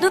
¿No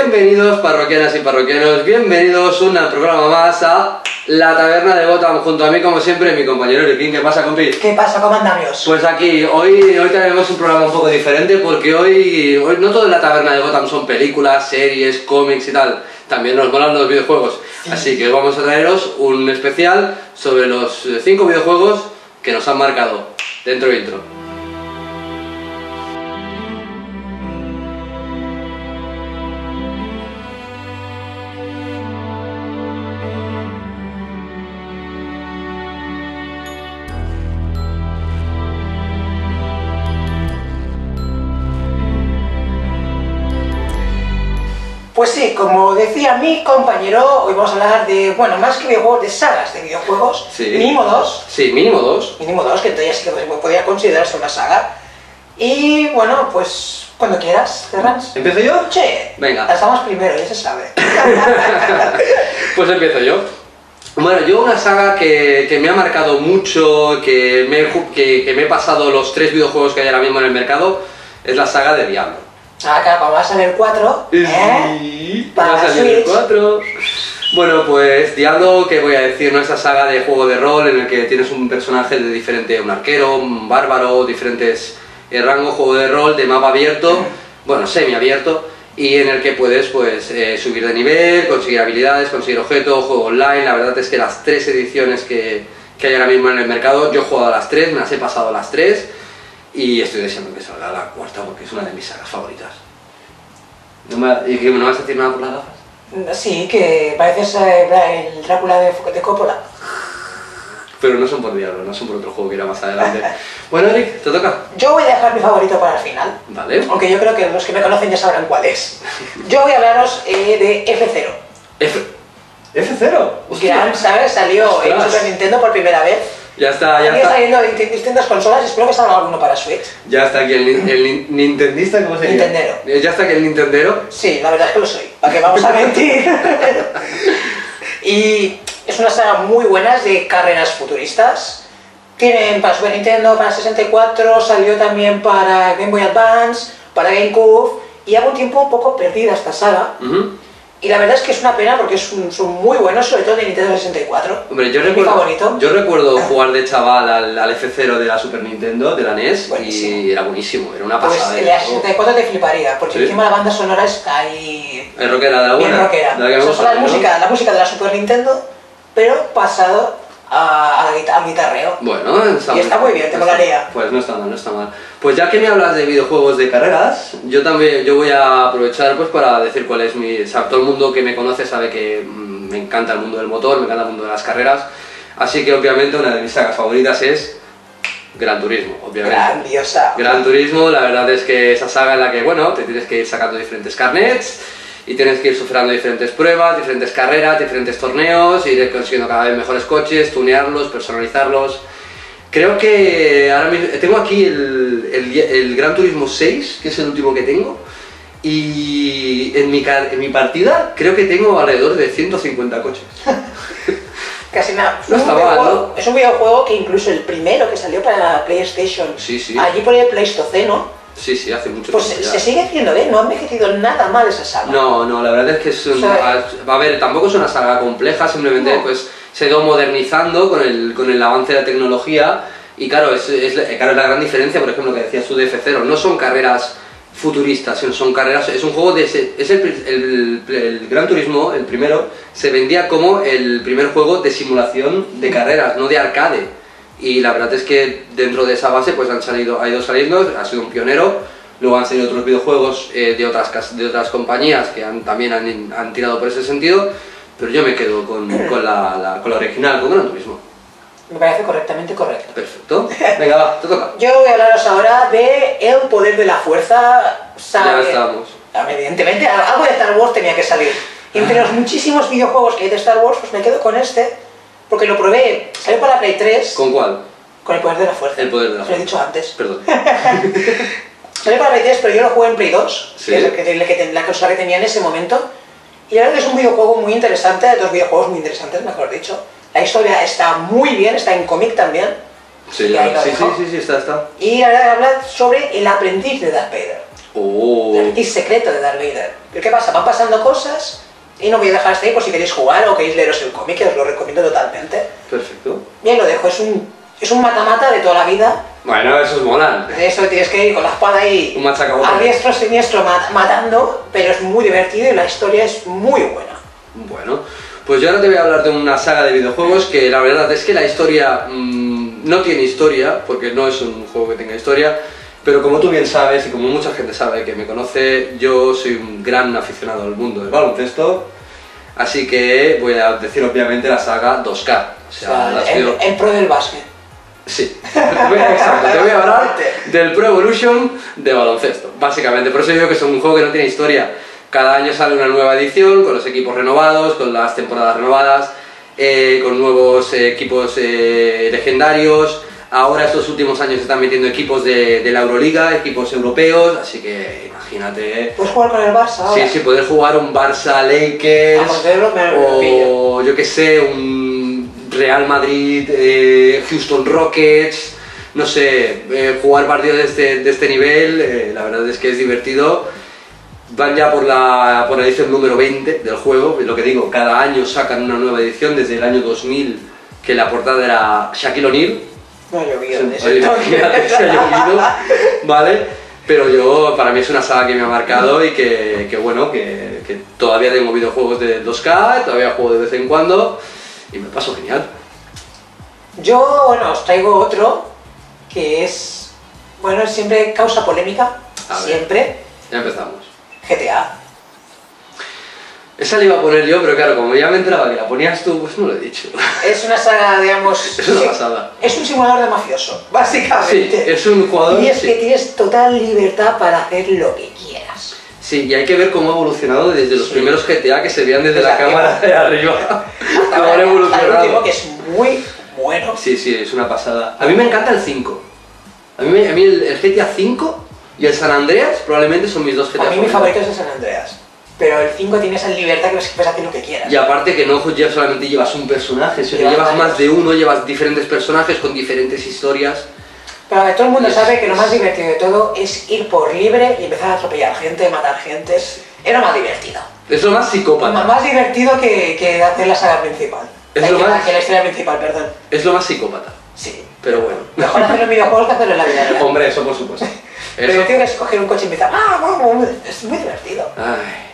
Bienvenidos parroquianas y parroquianos, bienvenidos una programa más a La Taberna de Gotham, junto a mí como siempre mi compañero Lipín, ¿qué pasa compi? ¿Qué pasa, comandameos? Pues aquí, hoy, hoy tenemos un programa un poco diferente porque hoy, hoy no todo en La Taberna de Gotham son películas, series, cómics y tal, también nos molan los videojuegos, así que vamos a traeros un especial sobre los 5 videojuegos que nos han marcado, dentro intro. Pues sí, como decía mi compañero, hoy vamos a hablar de, bueno, más que videojuegos, de sagas de videojuegos. Sí. Mínimo dos. Sí, mínimo dos. Mínimo dos, que todavía sí que pues, podría considerarse una saga. Y bueno, pues cuando quieras, Terrans. ¿Empiezo yo? Che, Venga. Estamos primero, ya se sabe. Pues empiezo yo. Bueno, yo una saga que, que me ha marcado mucho, que me, he ju- que, que me he pasado los tres videojuegos que hay ahora mismo en el mercado, es la saga de Diablo. ah, claro, va a salir el 4. ¿eh? Sí, Para va a salir el Switch. 4. Bueno, pues Diablo, que voy a decir, no esa saga de juego de rol en el que tienes un personaje de diferente, un arquero, un bárbaro, diferentes eh, rangos, juego de rol, de mapa abierto, bueno, semiabierto, y en el que puedes pues eh, subir de nivel, conseguir habilidades, conseguir objetos, juego online. La verdad es que las tres ediciones que, que hay ahora mismo en el mercado, yo he jugado a las tres, me las he pasado a las tres, y estoy deseando que salga la cuarta porque es una de mis sagas favoritas. No me- ¿Y que no vas a decir nada por las gafas? Sí, que pareces eh, Bla- el Drácula de, de Coppola. Pero no son por Diablo, no son por otro juego que irá más adelante. bueno, Eric, te toca. Yo voy a dejar mi favorito para el final. Vale. Aunque yo creo que los que me conocen ya sabrán cuál es. Yo voy a hablaros eh, de F0. F... F0. Gran, ¿sabes? Salió en Ostras. Super Nintendo por primera vez. Ya está, ya Sigue está. saliendo en distintas consolas. Espero que salga alguno para Switch. Ya está aquí el, nin- el nin- Nintendista, ¿cómo se llama? Nintendero. Eh, Ya está aquí el Nintendero. Sí, la verdad es que lo soy. ¿Para qué vamos a mentir? y es una saga muy buena es de carreras futuristas. Tienen para Super Nintendo, para 64, salió también para Game Boy Advance, para GameCube. Y hago un tiempo un poco perdida esta saga. Ujú. Y la verdad es que es una pena porque es un- son muy buenos, sobre todo de Nintendo 64. Hombre, yo Es mi favorito. Ah. recuerdo, yo recuerdo jugar de chaval al, al F0 de la Super Nintendo, de la NES, y Buenísimo. era buenísimo, era una Pues pasada. el era de 64 te fliparía, porque Ah, Sí. encima la banda sonora es ahí El rockera de la bien buena. rockera. de la que me O sea, gusta, la, ¿no? música, la música de la Super Nintendo, pero pasado a, a la guita- al guitarreo. Bueno, Y está muy bien, te molaría. Pues no está mal, no está mal. Pues ya que me hablas de videojuegos de carreras, yo también yo voy a aprovechar pues para decir cuál es mi... O sea, todo el mundo que me conoce sabe que mm, me encanta el mundo del motor, me encanta el mundo de las carreras. Así que obviamente una de mis sagas favoritas es Gran Turismo, obviamente. Grandiosa. Gran Turismo, la verdad es que esa saga en la que, bueno, te tienes que ir sacando diferentes carnets y tienes que ir superando diferentes pruebas, diferentes carreras, diferentes torneos, ir consiguiendo cada vez mejores coches, tunearlos, personalizarlos. Creo que ahora mismo tengo aquí el, el- el Gran Turismo 6, que es el último que tengo, y en mi, car- en mi partida creo que tengo alrededor de 150 coches. Casi nada. No Es está un mal, videojuego- ¿no? Es un videojuego que incluso el primero que salió para PlayStation, Sí, sí. allí por el Pleistoceno, Sí, sí, hace mucho pues tiempo se, ya. se sigue haciendo, ¿eh? No ha envejecido nada mal esa saga. No, no, la verdad es que es un- O sea, a ver, tampoco es una saga compleja, simplemente No. pues se ha ido modernizando con el, con el avance de la tecnología y claro, es, es la- claro, es la gran diferencia, por ejemplo, que decías tú de F0, no son carreras futuristas, sino son carreras, es un juego de, ese- es el, pri- el- el Gran Turismo, el primero, se vendía como el primer juego de simulación Mm. de carreras, no de arcade. Y la verdad es que dentro de esa base pues han salido, ha ido saliendo, ha sido un pionero. Luego han salido otros videojuegos eh, de, otras, cas- de otras compañías que han- también han, han tirado por ese sentido. Pero yo me quedo con, con, la, la- con la original, con Gran Turismo. Me parece correctamente correcto. Perfecto. Venga, va, te toca. Yo voy a hablaros ahora de El poder de la fuerza. sabe- Ya estamos. Evidentemente, algo de Star Wars tenía que salir. Y entre los muchísimos videojuegos que hay de Star Wars, pues me quedo con este, porque lo probé, salió para Play 3 ¿Con con, cuál? el poder de la fuerza. El poder de la Os Lo he fuerza. dicho antes. Perdón. Salió para Play 3, pero yo lo jugué en Play 2, Sí. que es la que, la, que ten- la consola que tenía en ese momento. Y la verdad que es un videojuego muy interesante, dos videojuegos muy interesantes, mejor dicho. La historia está muy bien, está en cómic también. Sí, Y ahí ya, lo sí, sí, dejo. sí, sí, está, está. Y la verdad que habla sobre el aprendiz de Darth Vader. Oh. El aprendiz secreto de Darth Vader. Pero ¿qué pasa? Van pasando cosas y no voy a dejar hasta ahí por si queréis jugar o queréis leeros el cómic, que os lo recomiendo totalmente. Perfecto. Y ahí lo dejo, es un es un mata-mata de toda la vida. Bueno, esos molan. De eso tienes que ir con la espada y Un machacabote. a diestro siniestro mat- matando, pero es muy divertido y la historia es muy buena. Bueno, pues yo ahora te voy a hablar de una saga de videojuegos que la verdad es que la historia mm, no tiene historia, porque no es un juego que tenga historia, pero como tú bien sabes y como mucha gente sabe que me conoce, yo soy un gran aficionado al mundo del baloncesto, así que voy a decir obviamente la saga 2K. O sea, O las sea, el, video- el pro del básquet. Sí, exacto. Te voy a hablar del Pro Evolution de baloncesto, básicamente. Por eso digo que es un juego que no tiene historia. Cada año sale una nueva edición con los equipos renovados, con las temporadas renovadas, eh, con nuevos eh, equipos eh, legendarios. Ahora estos últimos años se están metiendo equipos de, de la Euroliga, equipos europeos, así que imagínate. eh, ¿Puedes jugar con el Barça ahora? Sí, sí, poder jugar un Barça Ah, Lakers pues yo lo- me lo o yo que sé, un Real Madrid, eh, Houston Rockets, no sé, eh, jugar partidos de este, de este nivel, eh, la verdad es que es divertido. Van ya por la, por la edición número 20 del juego, lo que digo, cada año sacan una nueva edición, desde el año 2000 que la portada era Shaquille O'Neal, No ha llovido en ese Oye, imagínate, entonces. se ha llovido, ¿vale? Pero yo, para mí es una saga que me ha marcado y que, que bueno, que, que todavía tengo videojuegos de 2K, todavía juego de vez en cuando y me paso genial. Yo, bueno, os traigo otro que es, bueno, siempre causa polémica, A ver. siempre, Ya empezamos. GTA. Esa la iba a poner yo, pero claro, como ya me entraba que la ponías tú, pues no lo he dicho. Es una saga, digamos... Es una sí, pasada. Es un simulador de mafioso, Sí, básicamente. es un jugador... Y es sí. que tienes total libertad para hacer lo que quieras. Sí, y hay que ver cómo ha evolucionado desde los Sí. primeros GTA que se veían desde la Exacto. cámara de arriba. Cómo han Hasta el evolucionado. último que es muy bueno. Sí, sí, es una pasada. A mí me encanta el 5. A mí, me- a mí el, el GTA 5 y el San Andreas probablemente son mis dos GTA A mí mi favoritos. favorito es el San Andreas. Pero el 5 tiene esa libertad que puedes hacer lo que quieras. Y aparte que no ya solamente llevas un personaje, sino Llevas llevas varios. más de uno, llevas diferentes personajes con diferentes historias. Pero a ver, todo el mundo sabe que lo más divertido de todo es ir por libre y empezar a atropellar gente, matar gente. Es lo más divertido. Es lo más Más, psicópata. más divertido que, que hacer la saga principal. Es Ay, lo que la- más- que la historia principal, perdón. Es lo más psicópata. Sí. Pero bueno. Mejor hacerlo en videojuegos que hacerlo en la vida real. Hombre, eso por supuesto. Pero Eso- yo creo que es coger un coche y empezar. "Ah, vamos", Es muy divertido. Ay.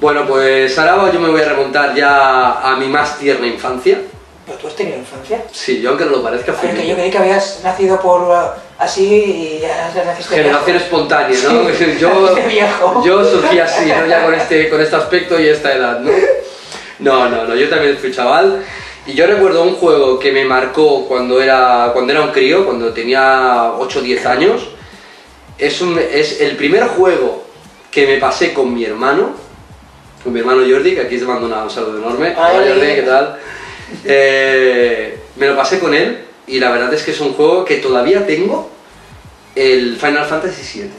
Bueno, pues ahora yo me voy a remontar ya a mi más tierna infancia. Pero tú has tenido infancia. Sí, yo aunque no lo parezca, fui Porque niño. yo creí que habías nacido por uh, así y ya naciste Generación viejo. espontánea, ¿no? Sí. Yo, Este viejo. yo surgí así, ¿no? Ya con este, con este aspecto y esta edad, ¿no? No, no, no, yo también fui chaval. Y yo recuerdo un juego que me marcó cuando era, cuando era un crío, cuando tenía 8 o 10 años. Es, un, es el primer juego que me pasé con mi hermano, con mi hermano Jordi, que aquí te mando una- un saludo enorme. Hola Ay. Jordi, ¿qué tal? Eh, me lo pasé con él y la verdad es que es un juego que todavía tengo el Final Fantasy VII.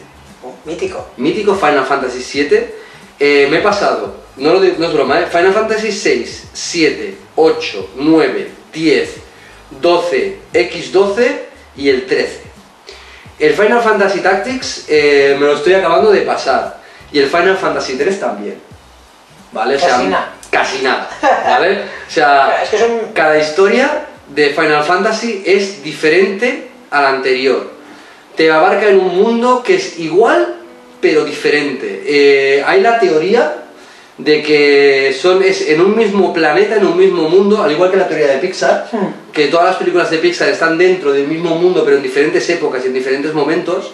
Mítico. Mítico Final Fantasy VII. Eh, me he pasado, no, lo digo- no es broma, ¿eh? Final Fantasy VI, 7, 8, 9, 10, 12, X12 y el 13. El Final Fantasy Tactics eh, me lo estoy acabando de pasar. Y el Final Fantasy 3 también. ¿Vale? O sea, Casi nada. Casi nada. ¿Vale? O sea, Es que es un cada historia de Final Fantasy es diferente a la anterior. Te abarca en un mundo que es igual pero diferente. Eh, hay la teoría de que son es en un mismo planeta, en un mismo mundo, al igual que la teoría de Pixar, Hmm. que todas las películas de Pixar están dentro del mismo mundo pero en diferentes épocas y en diferentes momentos.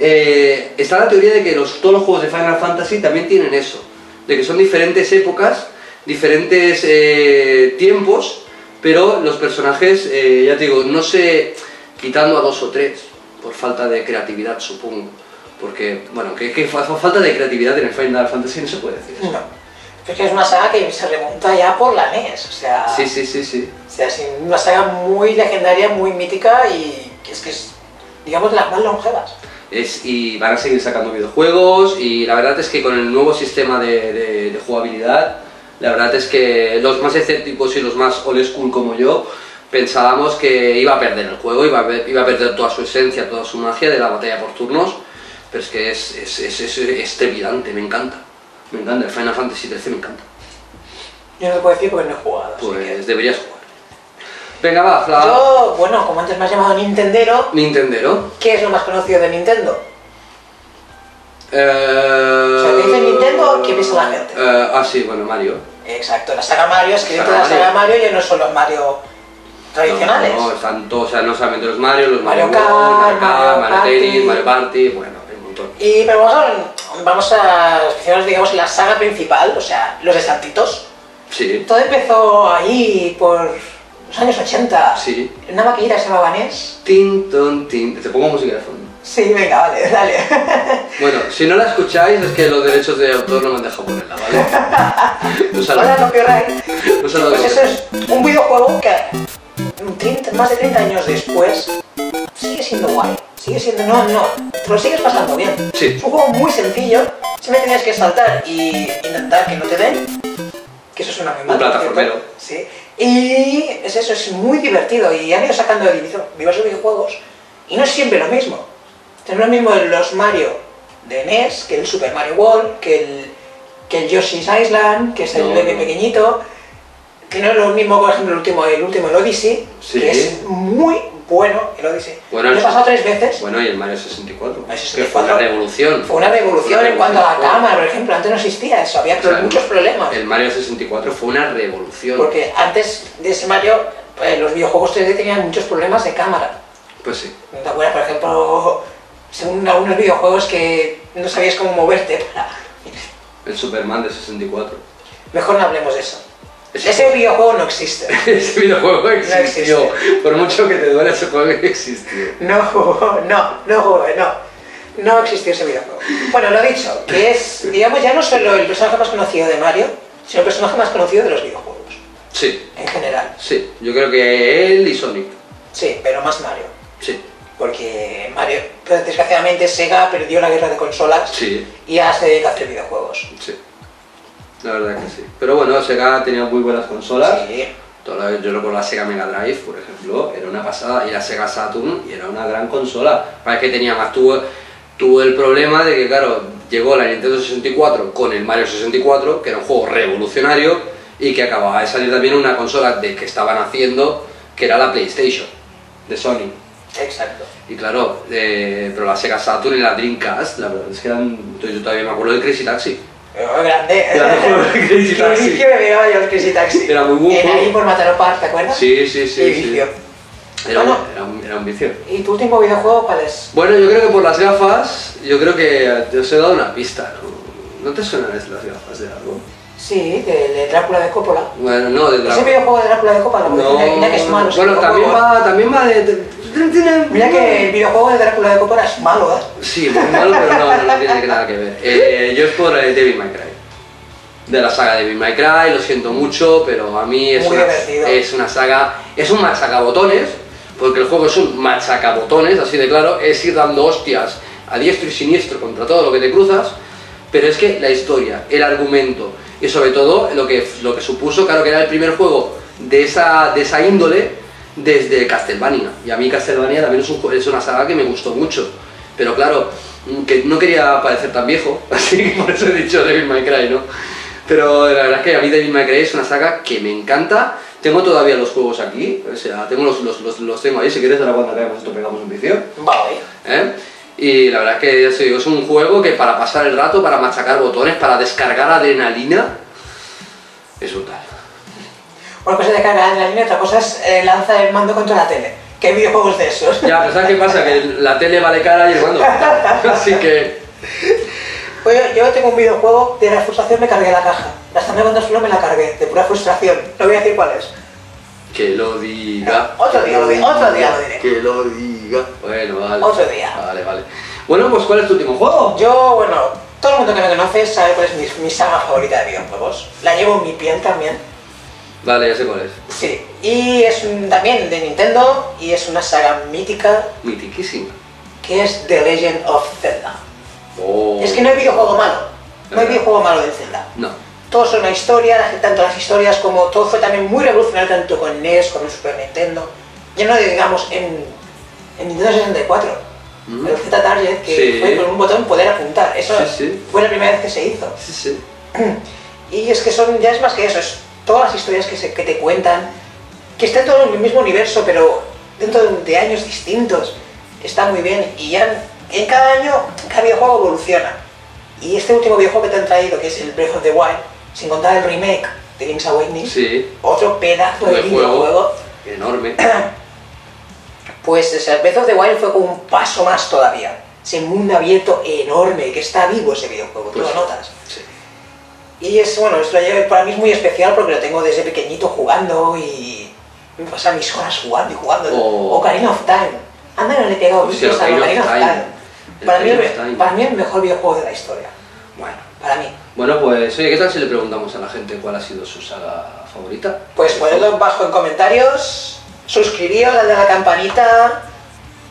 Eh, está la teoría de que los, todos los juegos de Final Fantasy también tienen eso, de que son diferentes épocas, diferentes eh, tiempos, pero los personajes, eh, ya te digo, no sé, quitando a dos o tres, por falta de creatividad supongo, porque, bueno, que, que fa- fa- falta de creatividad en el Final Fantasy no se puede decir eso. Pues No. Pero es que es una saga que se remonta ya por la NES, o sea, Sí, sí, sí, sí. o sea, es una saga muy legendaria, muy mítica y que es que es, digamos, las más longevas. Es, y van a seguir sacando videojuegos y la verdad es que con el nuevo sistema de, de- de jugabilidad, la verdad es que los más escépticos y los más old school como yo pensábamos que iba a perder el juego, iba a, ver- iba a perder toda su esencia, toda su magia de la batalla por turnos, pero es que es, es, es, es- es trepidante, me encanta. Me encanta, el Final Fantasy XIII me encanta. Yo no te puedo decir porque no he jugado. así Pues deberías jugar. Venga, va, que- Fla. Yo, bueno, como antes me has llamado Nintendero, Nintendero. ¿qué es lo más conocido de Nintendo? Eh... O sea, ¿qué dice Nintendo? ¿Qué piensa la gente? Eh, ah, sí, bueno, Mario. Exacto, la saga Mario, es que Saga dentro de la Mario. saga Mario ya no son los Mario tradicionales. No, no, están todos, o sea, no solamente los Mario, los Mario, Mario World, Mario Kart, Kart, Mario Mario Party. Tennis, Mario Party, bueno, hay un montón. Y pero vamos a, vamos a especializarnos, digamos, en la saga principal, o sea, los de Santitos. Sí, Todo empezó ahí por los años 80. Sí. En una maquinita que se llamaba NES. tin, ton, tin. Te pongo música de fondo. Sí, venga, vale, dale. Bueno, si no la escucháis es que los derechos de autor no me han dejado ponerla, ¿vale? No se Hola, la- copyright. no se la- Pues eso es un videojuego que 30 más de 30 años después sigue siendo guay. Sigue siendo, no, no, te lo sigues pasando bien. Sí. Es un juego muy sencillo, siempre tienes que saltar y intentar que no te den. Que eso suena muy mal. Un plataformero. ¿cierto? Sí. Y es eso, es muy divertido y han ido sacando diviso- diversos videojuegos y no es siempre lo mismo. No es lo mismo los Mario de NES que el Super Mario World, que el, que el Yoshi's Island, que es el No, bebé no. pequeñito. Que no es lo mismo, por ejemplo, el último, el último, el Odyssey, Sí. que es muy bueno el Odyssey. Bueno, Lo he el- pasado tres veces. Bueno, y el Mario 64, Mario que fue una 64. revolución. Fue una revolución en cuanto a la revolución. cámara, por ejemplo. Antes no existía eso, había O sea, muchos problemas. El Mario 64 fue una revolución. Porque antes de ese Mario, eh, los videojuegos 3D tenían muchos problemas de cámara. Pues sí. ¿No te acuerdas, por ejemplo, según algunos videojuegos que no sabías cómo moverte para... El Superman de 64. Mejor no hablemos de eso. Ese- Ese videojuego no existe. Ese videojuego existió. existe. Por mucho que te duela, ese juego existió. No jugó, no, no jugó, no. No existió ese videojuego. Bueno, lo dicho, que es, digamos, ya no solo el personaje más conocido de Mario, sino el personaje más conocido de los videojuegos, Sí, en general. sí. Yo creo que él y Sonic. Sí, pero más Mario. Sí, Porque Mario, pues, desgraciadamente, Sega perdió la guerra de consolas sí, y ahora se dedica a hacer videojuegos. sí. La verdad que sí. Pero bueno, Sega tenía muy buenas consolas. Sí. Toda la- Yo recuerdo la Sega Mega Drive, por ejemplo, era una pasada. Y la Sega Saturn y era una gran consola. Para que tenía más. Tuvo, tuvo el problema de que, claro, llegó la Nintendo 64 con el Mario 64, que era un juego revolucionario. Y que acababa de salir también una consola de que estaban haciendo, que era la PlayStation de Sony. Exacto. Y claro, eh, pero la Sega Saturn y la Dreamcast, la verdad es que eran. Yo todavía me acuerdo del Crazy Taxi. Pero grande. Claro, el Crazy Qué Taxi. vicio me pegaba yo el Crazy Taxi. Era muy buen En juego. ahí por Mataró Park, ¿te acuerdas? Sí, sí, sí. Qué sí. vicio. Era, un- Bueno. era un, era un vicio. ¿Y tu último videojuego cuál es? Bueno, yo creo que por las gafas, yo creo que te os he dado una pista, ¿no? ¿No te suenan las gafas de algo? Sí, del de Drácula de Coppola. Bueno, no, de Ese dragón. videojuego de Drácula de Copa, la No, Pues mira que es malo. ese bueno, también videojuego. ¿eh? va, también va de... de- Mira que el videojuego de Drácula de Copa es malo, ¿eh? Sí, muy malo, pero no, no, no tiene nada que ver. Eh, yo es por eh, Devil May Cry. De la saga Devil May Cry, lo siento mucho, pero a mí es, Muy una, divertido. es una saga. Es un machacabotones, porque el juego es un machacabotones, así de claro, es ir dando hostias a diestro y siniestro contra todo lo que te cruzas. Pero es que la historia, el argumento y sobre todo lo que, lo que supuso, claro que era el primer juego de esa, de esa índole desde Castlevania. Y a mí Castlevania también es, un jue- es una saga que me gustó mucho. Pero claro, mm, que no quería parecer tan viejo, así que por eso he dicho Devil May Cry, ¿no? Pero la verdad es que a mí Devil May Cry es una saga que me encanta. Tengo todavía los juegos aquí, o sea, tengo los, los, los, los tengo ahí. Si quieres, ahora cuando acabemos esto pegamos un vicio. Vale. ¿eh? Y la verdad es que ya os digo, es un juego que para pasar el rato, para machacar botones, para descargar adrenalina, es brutal. Una cosa es descargar en la línea, otra cosa es eh, lanzar el mando contra la tele. Que hay videojuegos de esos. Ya, pero ¿sabes qué pasa? Que la tele vale cara y el mando. Así que. Pues yo, yo tengo un videojuego de la frustración me cargué la caja. La estampé contra el suelo me la cargué, de pura frustración. No voy a decir cuál es. Que lo diga. Otro que día lo di- otro día lo diré. Que lo diga. Bueno, vale. Otro día. Vale, vale. Bueno, pues ¿cuál es tu último juego? Yo, bueno, Todo el mundo que me conoce sabe cuál es mi, mi saga favorita de videojuegos. La llevo en mi piel también. Vale, ya sé cuál es. Sí, y es un- también de Nintendo y es una saga mítica Mitiquísima. que es The Legend of Zelda. Oh. Es que no hay videojuego malo, no hay Ajá. videojuego malo de Zelda. No. Todo es una historia, tanto las historias como todo fue también muy revolucionario tanto con NES como en Super Nintendo. Ya no digamos en, en Nintendo 64, Mm. el Z Target, que Sí. fue con un botón poder apuntar. Eso Sí, sí. fue la primera vez que se hizo. Sí, sí. Y es que son, ya es más que eso, es todas las historias que, se, que te cuentan, que están todo en el mismo universo, pero dentro de, de años distintos. Está muy bien. Y ya en, en cada año, cada videojuego evoluciona. Y este último videojuego que te han traído, que es el Breath of the Wild, sin contar el remake de Link's Awakening, Sí. otro pedazo De de, juego. videojuego, Enorme. pues o sea, Breath of the Wild fue como un paso más todavía. Ese mundo abierto enorme, que está vivo ese videojuego, tú Pues- lo notas. Sí. Y es, bueno, esto ya para mí es muy especial porque lo tengo desde pequeñito jugando y me pasa mis horas jugando y jugando. Oh. Ocarina of Time. Anda, no le he pegado Hostia, muchos a Ocarina of Time. El Para mí, el, Ocarina of Time. para mí el mejor videojuego de la historia. Bueno. Para mí. Bueno, pues oye, ¿qué tal si le preguntamos a la gente cuál ha sido su saga favorita? Pues ponedlo bajo en comentarios, suscribíos, dadle a la campanita,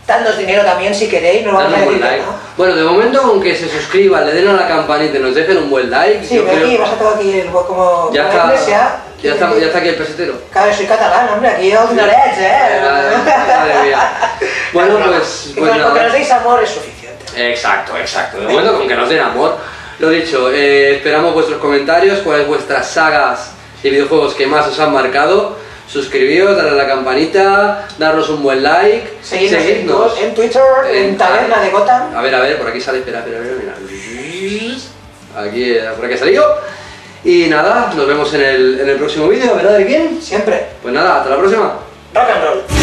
dadnos dinero también si queréis, no vamos Danos a un buen decir like. nada. Bueno, de momento con que se suscriban, le den a la campanita y nos dejen un buen like, Sí, yo pero aquí creo... vas a todo aquí el como Ya como está, la iglesia. ya está, ya está aquí el pesetero. Claro, soy catalán, hombre, aquí os ignoréis, eh. Madre- madre mía. Bueno, pues, Y pues con, con que nada. nos deis amor es suficiente. Exacto, exacto. De momento con que nos den amor. Lo dicho, eh, esperamos vuestros comentarios, cuáles vuestras sagas de videojuegos que más os han marcado. Suscribíos, darle a la campanita, darnos un buen like, Seguidnos, en Twitter, en, En- Taberna de Gotham. A ver, a ver, por aquí sale, espera, espera, espera, mira. Aquí, eh, por aquí ha salido. Y nada, nos vemos en el, en el próximo vídeo, ¿verdad? ¿De quién? Siempre. Pues nada, hasta la próxima. Rock and roll.